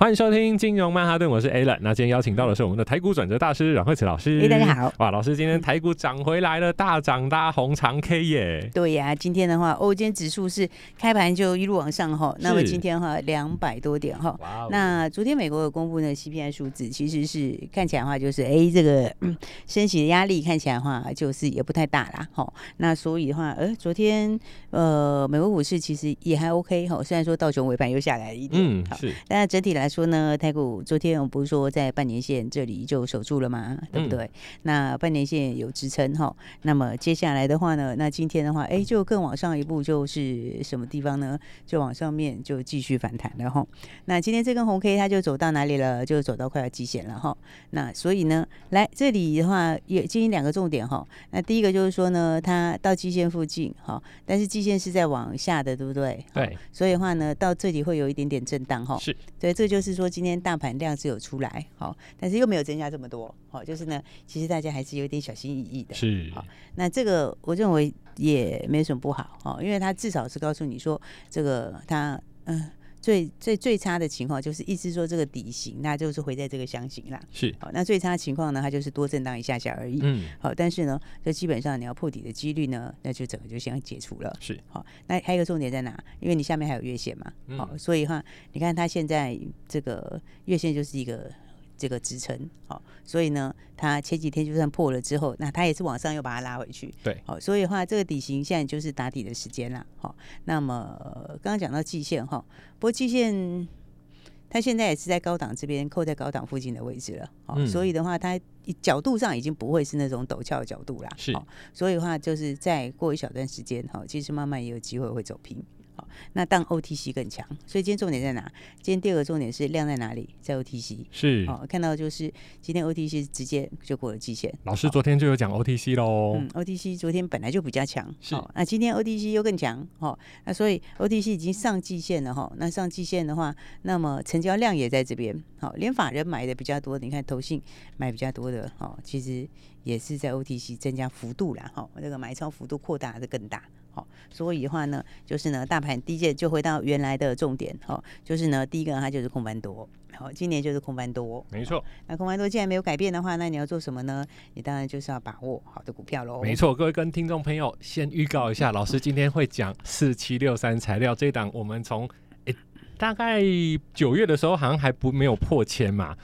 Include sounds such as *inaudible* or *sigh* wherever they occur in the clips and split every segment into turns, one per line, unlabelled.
欢迎收听金融曼哈顿，我是 Alan。那今天邀请到的是我们的台股转折大师阮慧慈老师。
哎、大家好。
哇，老师今天台股涨回来了，大涨大红长 K 耶。
对呀、今天的话，哦，今天指数是开盘就一路往上哈，那么
是
今天的话两百多点哈。
哇哦
那昨天美国有公布呢 CPI 数字，其实是看起来的话就是，哎，这个、嗯、升息的压力看起来的话就是也不太大啦，哈。那所以的话，呃，昨天呃美国股市其实也还 OK 哈，虽然说道琼尾盘又下来一点，
嗯
好，
是
但整体来说呢，台股昨天我们不是说在半年线这里就守住了吗？对不对？那半年线有支撑哈。那么接下来的话呢，那今天的话，哎，就更往上一步，就是什么地方呢？就往上面就继续反弹了哈。那今天这根红 K 它就走到哪里了？就走到快要极限了哈。那所以呢，来这里的话也进行两个重点哈。那第一个就是说呢，它到基线附近哈，但是基线是在往下的，对不对？
对，
所以的话呢，到这里会有一点点震荡哈。
是
对，这就是说今天大盘量是有出来，好、但是又没有增加这么多，好、就是呢，其实大家还是有点小心翼翼的。
是，
好那这个我认为也没什么不好，哦，因为它至少是告诉你说，这个它，嗯、最最最差的情况就是意思说这个底型，那就是回在这个箱型啦。
是，
好、那最差的情况呢，它就是多震荡一下下而已。
嗯，
好、但是呢，这基本上你要破底的几率呢，那就整个就先解除了。
是，
好、那还有一个重点在哪？因为你下面还有月线嘛，
嗯
好、所以的话，你看它现在这个月线就是一个这个支撑，好、所以呢，它前几天就算破了之后，那它也是往上又把它拉回去，
对
好、所以的话，这个底型现在就是打底的时间啦，好、那么呃刚刚讲到季线哈、不过季线。它现在也是在高档这边扣在高档附近的位置了，好、
嗯
所以的话，它一角度上已经不会是那种陡峭的角度啦，
是
好所以的话，就是再过一小段时间哈，其实慢慢也有机会会走平。好，那当 OTC 更强，所以今天重点在哪？今天第二个重点是量在哪里，在 OTC。
是。
好，哦看到就是今天 OTC 直接就过了季线。
老师昨天就有讲 OTC 喽
嗯，，OTC 昨天本来就比较强，
哦是
好那今天 OTC 又更强，哦，那所以 OTC 已经上季线了哈、哦，那上季线的话，那么成交量也在这边，好、连法人买的比较多，你看投信买比较多的，哦，其实也是在 OTC 增加幅度啦，哈、那个买超幅度扩大的更大。好，所以的话呢，就是呢，大盘低见就回到原来的重点，哦，就是呢，第一个它就是空翻多，好，今年就是空翻多，
没错，
那空翻多既然没有改变的话，那你要做什么呢？你当然就是要把握好的股票喽。
没错，各位跟听众朋友先预告一下，老师今天会讲四七六三材料这一档，我们从诶大概九月的时候好像还不没有破千嘛，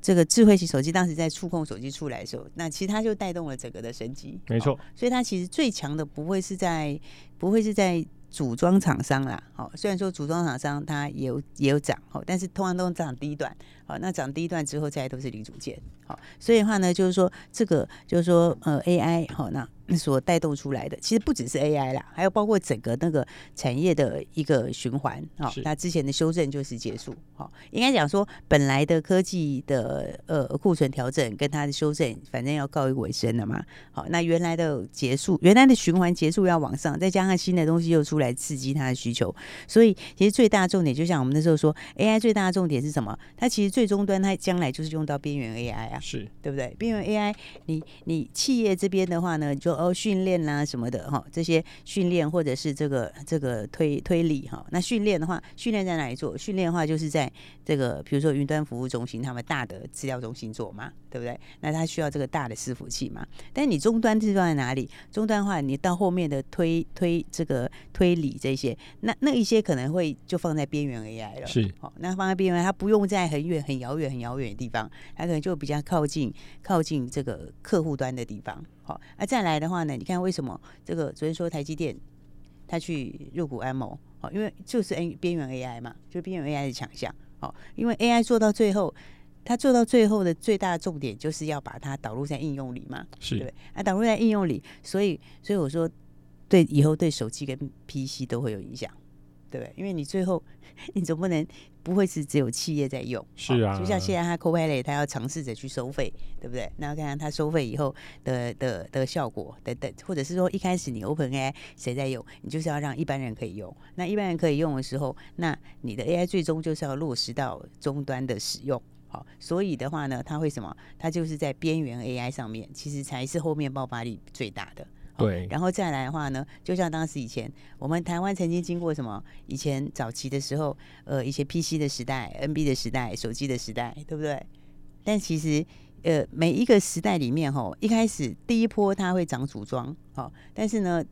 这个智慧型手机当时在触控手机出来的时候，那其实它就带动了整个的升级。
没错
哦所以它其实最强的不会是在不会是在组装厂商啦。好、虽然说组装厂商它也有也有涨，好、但是通常都涨低段。好、那涨低段之后，再来都是零组件。哦好、所以的话呢，就是说这个就是说呃 AI 好、那所带动出来的，其实不只是 AI 啦，还有包括整个那个产业的一个循环。好、
是
那之前的修正就是结束。好、应该讲说本来的科技的呃库存调整跟它的修正，反正要告一个尾声了嘛。好，那原来的结束，原来的循环结束要往上，再加上新的东西又出来刺激它的需求，所以其实最大的重点，就像我们那时候说，AI 最大的重点是什么？它其实最终端它将来就是用到边缘 AI 啊，
是
对不对？边缘 AI，你你企业这边的话呢，就哦训练啦、什么的哈、这些训练或者是这个这个推推理哈、那训练的话，训练在哪里做？训练的话就是在这个比如说云端服务中心，他们大的资料中心做嘛，对不对？那它需要这个大的伺服器嘛。但你终端是放在哪里？终端的话，你到后面的推推这个推理这些，那那一些可能会就放在边缘 AI 了。
是
好、那放在边缘，它不用在很远、很遥远、很遥远的地方，它可能就比较靠近靠近这个客户端的地方。好、那、再来的话呢，你看为什么这个昨天说台积电哦它去入股安谋，好、因为就是 N 边缘 AI 嘛，就是边缘 AI 的强项。好，因为 AI 做到最后，它做到最后的最大的重点就是要把它导入在应用里嘛，对不
是
对？啊，导入在应用里，所以所以我说，对以后对手机跟 PC 都会有影响，对不对？因为你最后 *laughs* 你总不能不会是只有企业在用，
是
哦
啊
就像现在它 Copilot 它要尝试着去收费，对不对？那要看看它收费以后的的的效果等等，或者是说一开始你 OpenAI 谁在用，你就是要让一般人可以用。那一般人可以用的时候，那你的 AI 最终就是要落实到终端的使用。好，所以的话呢，它会什么？它就是在边缘 AI 上面，其实才是后面爆发力最大的。好
对
然后再来的话呢，就像当时以前我们台湾曾经经过什么？以前早期的时候，呃，以前 PC 的时代、NB 的时代、手机的时代，对不对？但其实呃，每一个时代里面吼，一开始第一波它会涨组装，好，但是呢，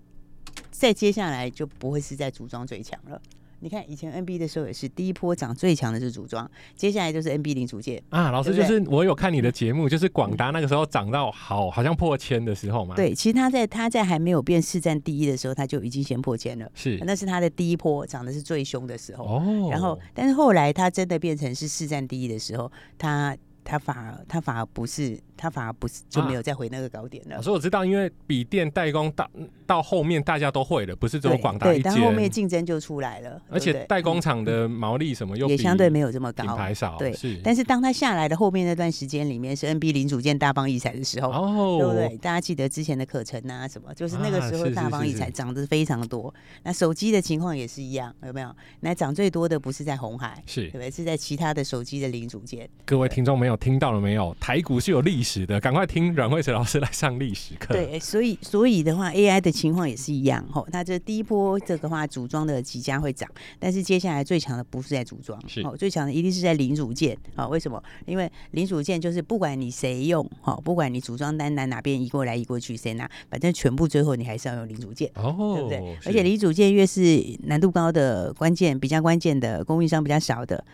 再接下来就不会是在组装最强了。你看以前 NB 的时候也是，第一波涨最强的是组装，接下来就是 NB 零组件。
啊，老师
对嗯
就
不
是我有看你的节目，就是广达那个时候涨到好好像破千的时候嘛，，
对，其实它在它在还没有变市占第一的时候，它就已经先破千了，
是
那是它的第一波涨的是最凶的时候。
哦，
然后，但是后来它真的变成是市占第一的时候，它它反而它反而不是它反而不是就没有再回那个高点了。
老师我知道，因为笔电代工到到后面大家都会了，不是只有
对
广达
对，
一
但后面
间，
竞争就出来了，
而
对
且
不对嗯
代工厂的毛利什么又
也
比
相对没有这么
品
高。
牌少，
对
是，
但是当它下来的后面那段时间里面，是 NB 零组件大放异彩的时候，
哦，
对不对？大家记得之前的课程啊，什么，就是那个
啊
时候
是是
大放
是
异彩，
是
涨得非常多。那手机的情况也是一样，有没有？那涨最多的不是在红海，对
是
不对？是在其他的手机的零组件。
各位听众没有听到了没有？台股是有历史的，赶快听阮慧慈老师来上历史课。
对，所以所以的话，AI 的情况也是一样吼。它这第一波这个话，组装的几家会涨，但是接下来最强的不是在组装，
是
哦，最强的一定是在零组件啊、哦。为什么？因为零组件就是不管你谁用，哦，不管你组装单拿哪边移过来移过去，谁拿，反正全部最后你还是要用零组件。
哦，
对不对？
是
而且零组件越是难度高的、关键比较关键的、供应商比较少的，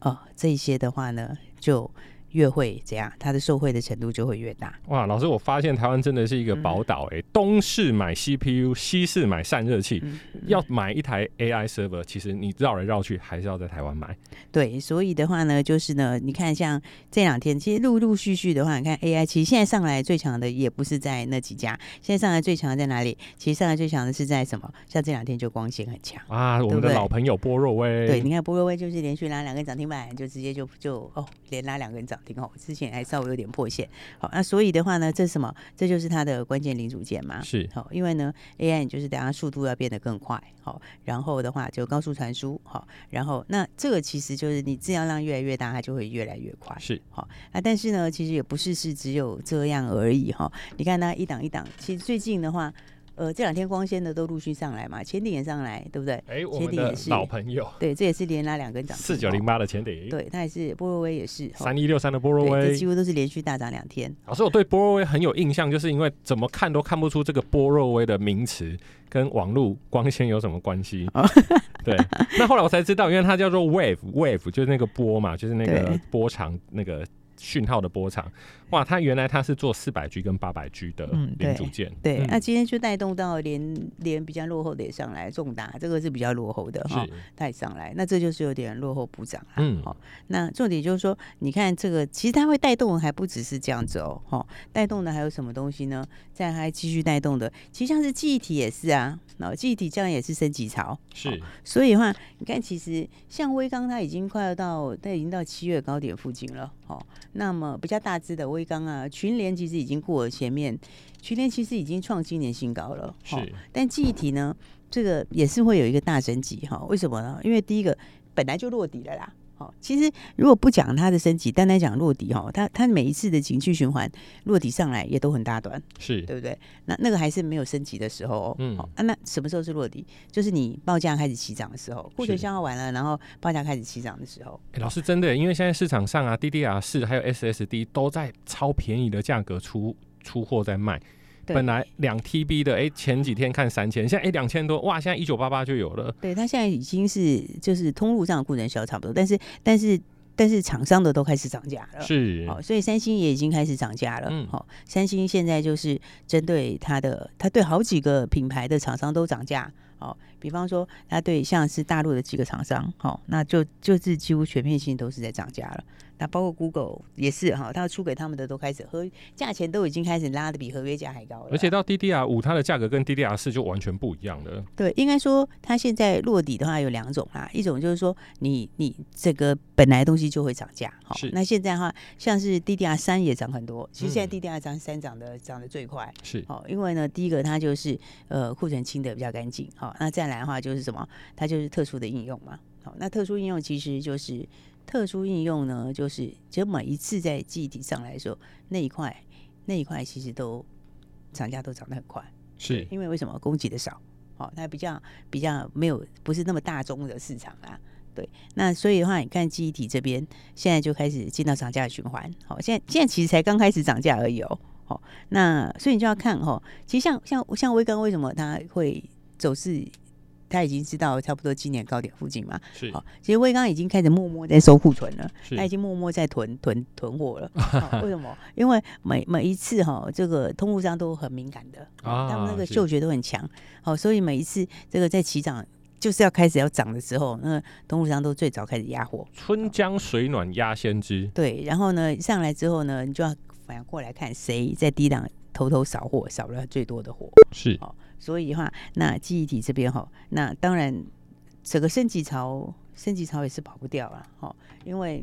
哦，这一些的话呢，就越会怎样，它的受惠的程度就会越大。
哇，老师，我发现台湾真的是一
嗯
个宝岛哎，东市买 CPU，西市买散热器，
嗯
要买一台 AI server，其实你绕来绕去还是要在台湾买。
对，所以的话呢，就是呢，你看像这两天，其实陆陆续续的话，你看 AI，其实现在上来最强的也不是在那几家，现在上来最强的在哪里？其实上来最强的是在什么？像这两天就光纤很强。
啊，我们的
对不对
老朋友波若威，
对，你看波若威就是连续拉两根涨停板，就直接就就哦，连拉两根涨停哦，之前还稍微有点破线。好，那所以的话呢，这是什么？这就是它的关键零组件嘛。
是
好，因为呢，AI 你就是等它速度要变得更快，好，然后的话就高速传输，好，然后那这个其实就是你资料量越来越大，它就会越来越快。
是
好啊，但是呢，其实也不是是只有这样而已哈。你看它一档一档，其实最近的话，呃，这两天光纤的都陆续上来嘛，前顶也上来，对不对？
哎，我
前
们
顶
的
也是
老朋友
对，这也是连拉两根涨停。
四九零八的前顶，
对，它也是波若威也是哈
三一六三的波若
对，这
威
几。乎都是连续大涨两天。
老师，我对波若威很有印象，就是因为怎么看都看不出这个波若威的名词跟网络光纤有什么关
*laughs*
系。
哦
对，那后来我才知道，因为它叫做 wave，wave 就是那个波嘛，就是那个
对
波长那个。讯号的波长，哇！它原来它是做四百 G 跟八百 G 的
嗯对
零组件，
对，
嗯
那今天就带动到连连比较落后的也上来，重达这个是比较落后的哈
是，，
它也上来，那这就是有点落后补涨啦。
嗯
好，那重点就是说，你看这个，其实它会带动的还不只是这样子哦，哈、带动的还有什么东西呢？再还继续带动的，其实像是记忆体也是啊，那、记忆体这样也是升级潮，
是
所以的话，你看，其实像威刚，它已经快要到，它已经到七月高点附近了。哦，那么比较大只的威刚啊，群联其实已经过了前面，群联其实已经创今年新高了。
是
哦，但记忆体呢，这个也是会有一个大升级哈、为什么呢？因为第一个本来就落底了啦。哦，其实如果不讲它的升级，单单讲落底哈、哦，它它每一次的景气循环落底上来也都很大段。
是，
对不对？那那个还是没有升级的时候哦。
嗯
嗯、啊，那什么时候是落地？就是你报价开始起涨的时候，库存消耗完了，然后报价开始起涨的时候。
欸老师真的，因为现在市场上啊，DDR 四还有 SSD 都在超便宜的价格出出货在卖。
对
本来两 TB 的，哎、前几天看三千，现在哎两千多，哇，现在一九八八就有了。
对，它现在已经是就是通路上的库存消耗差不多，但是但是但是厂商的都开始涨价了。
是，
哦，所以三星也已经开始涨价了。
嗯
哦，三星现在就是针对它的，它对好几个品牌的厂商都涨价。哦，比方说它对像是大陆的几个厂商，哦，那就就是几乎全面性都是在涨价了。那包括 Google 也是哈，它出给他们的都开始合价钱都已经开始拉的比合约价还高了。
而且到 DDR 五，它的价格跟 DDR 四就完全不一样了。
对，应该说它现在落底的话有两种啦，一种就是说你你这个本来东西就会涨价，好
是，
那现在的话像是 DDR 三也涨很多，其实现在
嗯
DDR 三三涨的涨得最快。
是，
哦，因为呢，第一个它就是呃库存清的比较干净，好、那再来的话就是什么？它就是特殊的应用嘛，好、那特殊应用其实就是特殊应用呢，就是只有每一次在记忆体上来说，那一块那一块其实都涨价都涨得很快。
是，
因为为什么供给的少，哦，它比较比较没有不是那么大众的市场啦。对，那所以的话，你看记忆体这边现在就开始进到涨价的循环，好、现在现在其实才刚开始涨价而已哦，好、那所以你就要看哦，其实像像像威刚为什么它会走势，他已经知道差不多今年高点附近嘛，
是
好、，其实威刚已经开始默默在收库存了，
是
他已经默默在囤囤囤
*laughs*
货了、哦为什么？因为每每一次哈、这个通路商都很敏感的，
啊
他们那个
是
嗅觉都很强，好、所以每一次这个在起涨就是要开始要涨的时候，那通路商都最早开始压货，
春江水暖鸭先知，
对，然后呢上来之后呢，你就要反过来看谁在低档偷偷扫货，扫了最多的货。
是
所以的话，那记忆体这边哈，那当然整个升级潮，升级潮也是跑不掉啦，哈，因为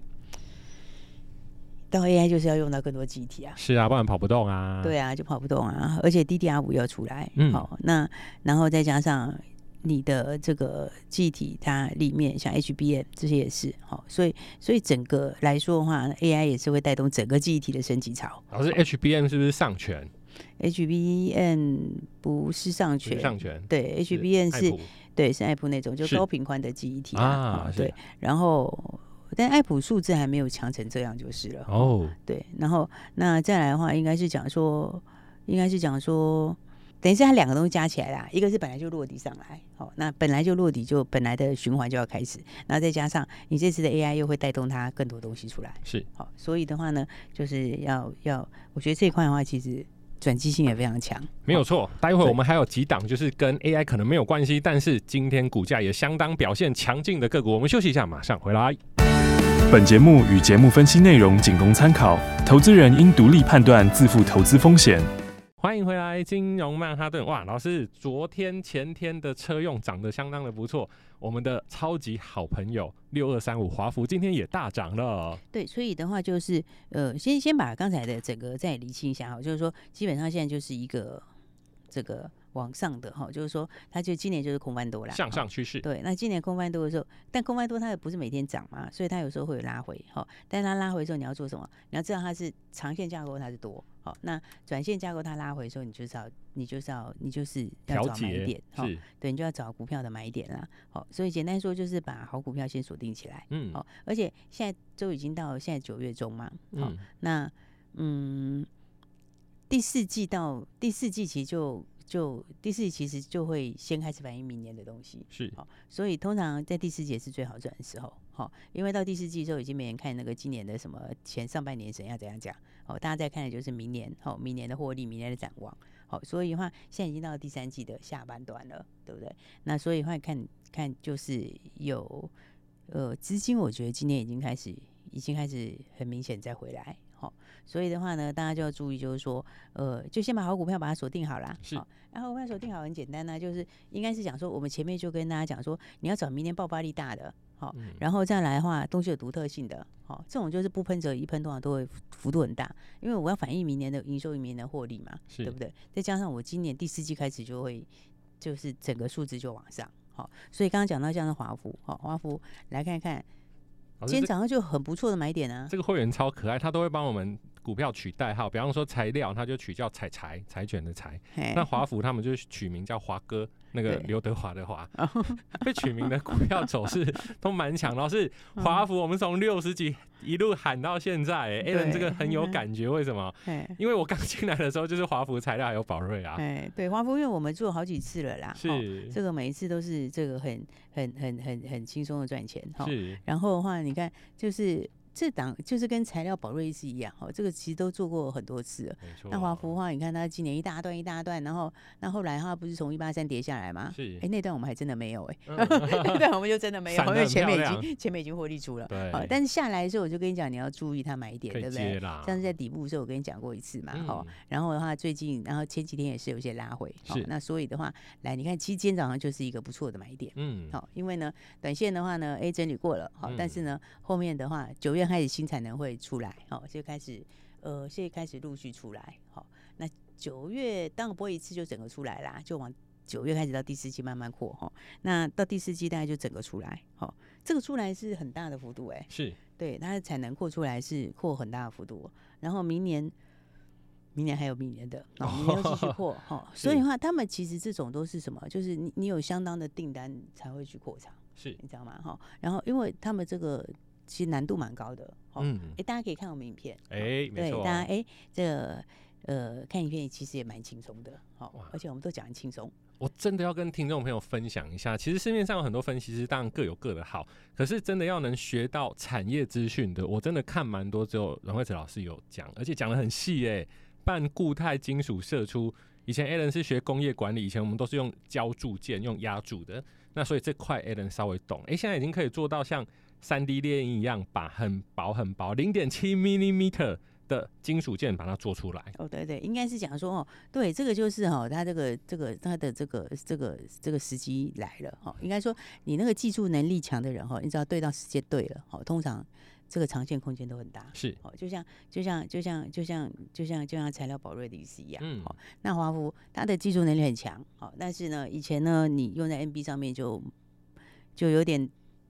到 AI 就是要用到更多记忆体啊，
是啊，不然跑不动啊。
对啊，就跑不动啊，而且 DDR 五要出来，
嗯
好、那然后再加上你的这个记忆体，它里面像 HBM 这些也是，好、所以所以整个来说的话，AI 也是会带动整个记忆体的升级潮。
老师，HBM 是不是上权？
HBM 不是上
不是
权，
上权
对 HBM
爱
是
普
对，是爱普那种，就是高频宽的记忆体
啊
哦
是
对，然后但爱普数字还没有强成这样就是了。
哦，
对，然后那再来的话，应该是讲说，应该是讲说，等于是它两个东西加起来啦，一个是本来就落地上来，好、那本来就落地就本来的循环就要开始，然后再加上你这次的 AI 又会带动它更多东西出来，
是
好、所以的话呢，就是要要，我觉得这一块的话，其实转机性也非常强，
没有错。待会我们还有几档就是跟 AI 可能没有关系，但是今天股价也相当表现强劲的个股，我们休息一下，马上回来。
本节目与节目分析内容仅供参考，投资人应独立判断，自负投资风险。
欢迎回来，金融曼哈顿。哇，老师，昨天前天的车用涨得相当的不错，我们的超级好朋友六二三五华孚今天也大涨了。
对，所以的话就是，呃，先先把刚才的整个再理清一下哈，就是说，基本上现在就是一个这个往上的哈，就是说，它就今年就是空翻多啦，
向
哈
上趋势，
对，那今年空翻多的时候，但空翻多它也不是每天涨嘛，所以它有时候会有拉回哈、但它拉回的时候，你要做什么？你要知道它是长线架构，它是多好、那短线架构它拉回的时候，你就是要你就是要你就是要
调
找买
节
点哈、
是，
对，你就要找股票的买点啦。好、所以简单说就是把好股票先锁定起来。
嗯
哦，而且现在都已经到现在九月中嘛，好、
嗯，
那嗯，第四季到第四季其实就就第四季其实就会先开始反映明年的东西，
是
好、所以通常在第四季也是最好赚的时候，好、因为到第四季之后已经没人看那个今年的什么前上半年怎样怎样讲，哦，大家在看的就是明年，哦，明年的获利，明年的展望，好、所以的话现在已经到第三季的下半段了，对不对？那所以的话看看就是有呃资金，我觉得今天已经开始已经开始很明显再回来，好、所以的话呢，大家就要注意，就是说，呃，就先把好股票把它锁定好啦。
是
好然后股票锁定好很简单呢、就是应该是讲说，我们前面就跟大家讲说，你要找明年爆发力大的，好、
嗯
然后再来的话，东西有独特性的，好、这种就是不喷则已，一喷通常都会幅幅度很大，因为我要反映明年的营收、明年的获利嘛，
是
对不对？再加上我今年第四季开始就会，就是整个数字就往上，好、所以刚刚讲到像是华孚，好、华孚来看看，
老
今
师
天
这
早上就很不错的买点啊，
这个会员超可爱，他都会帮我们股票取代号，比方说材料，他就取叫彩柴柴犬的柴，
嘿
那华府他们就取名叫华哥，那个
对哦
刘德华的
*laughs*
华，被取名的股票走势都蛮强。老
*laughs*
师，
嗯
华府我们从六十几一路喊到现在、欸、
对嗯
，Alan 这个很有感觉，为什么？
嘿
因为我刚进来的时候就是华府材料还有宝瑞啊，
哎，对，华夫，因为我们做好几次了啦，哦
是
这个每一次都哦是这个很很很很很轻松的赚钱哈。
是
然后的话，你看就是这档就是跟材料宝瑞是一样，哦，这个其实都做过很多次了。
没错。
那华福的话，你看它今年一大段一大段，然后那后来它不是从一八三跌下来吗？
是
哎、那段我们还真的没有哎、
嗯
*laughs* 那段我们就真的没有，
闪
因
得
为
很
前面已
漂
经前面已经获利出了。
对
好，哦但是下来的时候我就跟你讲，你要注意它买点，
可
对
以
不
接
对？
啦。
上次在底部的时候我跟你讲过一次嘛，哈、
嗯
然后的话，最近，然后前几天也是有一些拉回，好
是
那所以的话，来你看，其实今天早上就是一个不错的买点，
嗯，
好、因为呢，短线的话呢，哎，整理过了，好、
嗯
但是呢，后面的话，九月开始新产能会出来，好、就开始，呃，现在开始陆续出来，好、那九月当然不会一次就整个出来啦，就往九月开始到第四季慢慢扩，哈、那到第四季大概就整个出来，好、这个出来是很大的幅度、哎，
是
对，它的产能扩出来是扩很大的幅度，然后明年。明年还有明年的，哦、明年又继
*laughs*
续扩哈、哦，所以的话，他们其实这种都是什么？就是你你有相当的订单才会去扩厂，
是，
你知道吗？哈、然后因为他们这个其实难度蛮高的，哦，哎、
嗯，
大家可以看我们影片，
哎，没
对，
错，
大家哎、这个呃看影片其实也蛮轻松的，好、
哇
而且我们都讲很轻松，
我真的要跟听众朋友分享一下，其实市面上有很多分析师，当然各有各的好，可是真的要能学到产业资讯的，我真的看蛮多，只有阮惠慈老师有讲，而且讲的很细诶、半固态金属射出，以前 Alan 是学工业管理，以前我们都是用浇铸件、用压铸的，那所以这块 Alan 稍微懂，诶、现在已经可以做到像三 D 猎鹰一样，把很薄很薄零点七 m i m 的金属件把它做出来。
哦，对对，应该是讲说哦，对，这个就是哦，他这个这个他的这个这个这个时机来了哦，应该说你那个技术能力强的人哈、哦，你只要对到时间对了哦，通常这个长线空间都很大。
是，
哦，就像就像就像就像就像就像材料宝瑞的意思一样，
嗯
哦，那华夫他的技术能力很强，哦，但是呢，以前呢，你用在 NB 上面就就有点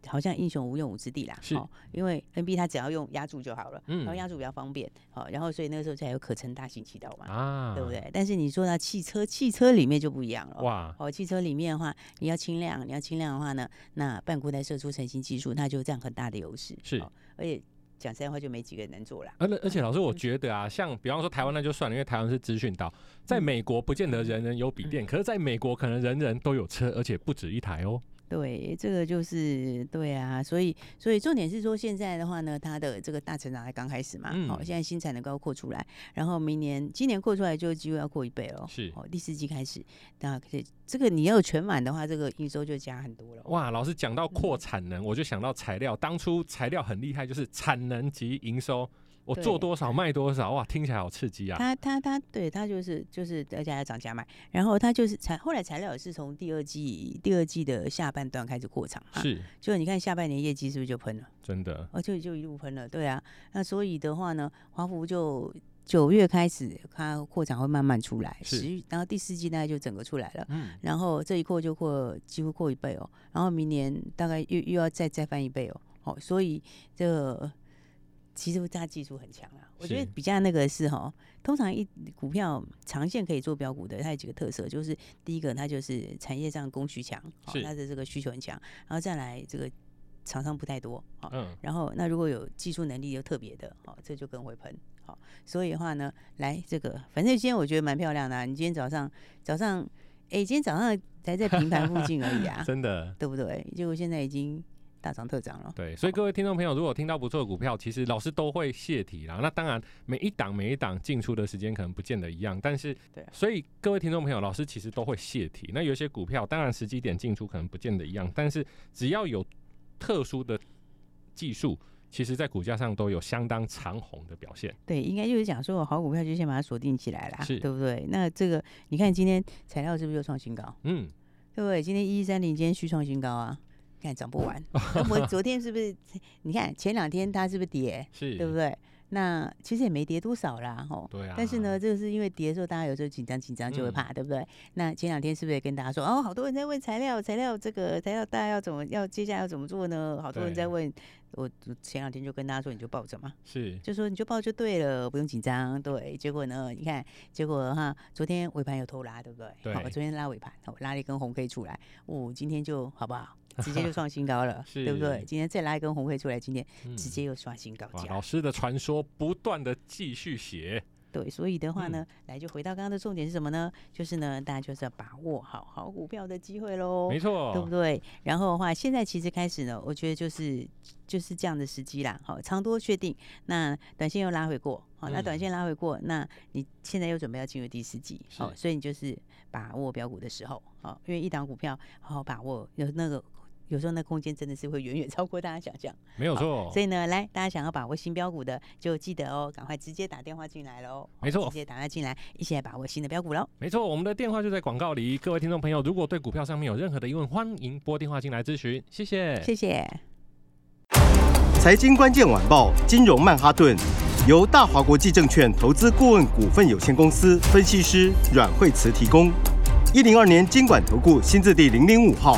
好像英雄无用武之地啦，
是
哦，因为 NB 它只要用压铸就好了，
嗯
然后压铸比较方便，好、然后所以那个时候才有可乘大行其道嘛，
啊，
对不？对？但是你说到汽车，汽车里面就不一样了，
哇，
哦，汽车里面的话，你要轻量，你要轻量的话呢，那半固态射出成型技术，它就占很大的优势。
是
哦而且讲实在话，就没几个人能做啦。
而而且老师，
嗯
我觉得啊，像比方说台湾那就算了，因为台湾是资讯岛，在
嗯
美国不见得人人有笔电，可是在美国可能人人都有车，而且不止一台哦。
对，这个就是对啊，所以所以重点是说，现在的话呢，它的这个大成长还刚开始嘛，
嗯
哦，现在新产能高扩出来，然后明年今年扩出来就几乎要扩一倍了，
是
哦，第四季开始，那可以这个你要有全满的话，这个营收就加很多了，
哇，老师讲到
嗯
扩产能，我就想到材料，当初材料很厉害，就是产能及营收，我
对
做多少卖多少，哇，听起来好刺激啊！
它它它对它就是就是而且还要涨价卖，然后它就是材后来材料也是从第二季第二季的下半段开始扩厂嘛，
是
就你看下半年业绩是不是就喷了？
真的，
哦，就就一路喷了，对啊。那所以的话呢，华福就九月开始，它扩展会慢慢出来，
是
十然后第四季大概就整个出来了。
嗯，
然后这一扩就扩几乎扩一倍哦，然后明年大概又又要再再翻一倍哦，哦，所以这个其实它技术很强啦。我觉得
是
比较那个是哈，通常一股票长线可以做标股的，它有几个特色，就是第一个它就是产业上供需强，哦
是
它的这个需求很强，然后再来这个厂商不太多，哦，
嗯，
然后那如果有技术能力又特别的，好、这就更会喷。好、所以的话呢，来这个，反正今天我觉得蛮漂亮的、啊。你今天早上早上，哎，今天早上才在平盘附近而
*laughs*
已啊，
真的。
对不对？结果现在已经大涨特涨了。
对，所以各位听众朋友，如果听到不错的股票，其实老师都会泄题啦。那当然，每一档每一档进出的时间可能不见得一样，但是
对啊
所以各位听众朋友，老师其实都会泄题。那有一些股票，当然时机点进出可能不见得一样，但是只要有特殊的技术，其实在股价上都有相当长红的表现。
对，应该就是讲说，好股票就先把它锁定起来啦，
是
对不对？那这个你看今天材料是不是又创新高？
嗯，
对不对？今天一一三零，今天续创新高啊，看涨不
*laughs*
完。那我昨天是不是？你看前两天它是不是跌？
是，
对不对？那其实也没跌多少啦，吼。
对啊。
但是呢，，这个是因为跌的时候，大家有时候紧张紧张就会
嗯
怕，对不对？那前两天是不是也跟大家说，哦，好多人在问材料，材料这个材料大家要怎么要接下来要怎么做呢？好多人在
对
问，我我前两天就跟大家说，你就抱着嘛，
是
就说你就抱就对了，不用紧张。对，结果呢，你看结果的话，昨天尾盘有偷拉，对不对？
对，
好昨天拉尾盘，我拉了一根红 K 出来，哦，今天就好不好？直接就创新高
*laughs*
了
是
对不对？今天再拉一根红 K 出来，今天
嗯
直接又刷新高
哇
价，
老师的传说不断的继续写，
对，所以的话呢，
嗯
来就回到刚刚的重点是什么呢？就是呢，大家就是要把握好好股票的机会喽，
没错，
哦对不对？然后的话，现在其实开始呢，我觉得就是就是这样的时机啦。好，长多确定，那短线又拉回过，好，那
嗯
短线拉回过，那你现在又准备要进入第四季，
是
好，所以你就是把握标股的时候，好，因为一档股票好好把握，有那个有时候那空间真的是会远远超过大家想象。
没有错
所。以呢，来，大家想要把握新标股的，就记得哦，赶快直接打电话进来喽。
没错
直接打电话进来，一起来把握新的标股喽。
没错，我们的电话就在广告里。各位听众朋友，如果对股票上面有任何的疑问，欢迎拨电话进来咨询。谢谢。
谢谢。
财经关键晚报金融曼哈顿由大华国际证券投资顾问股份有限公司分析师阮惠慈提供。一零二年经管投顾新字第零零五号。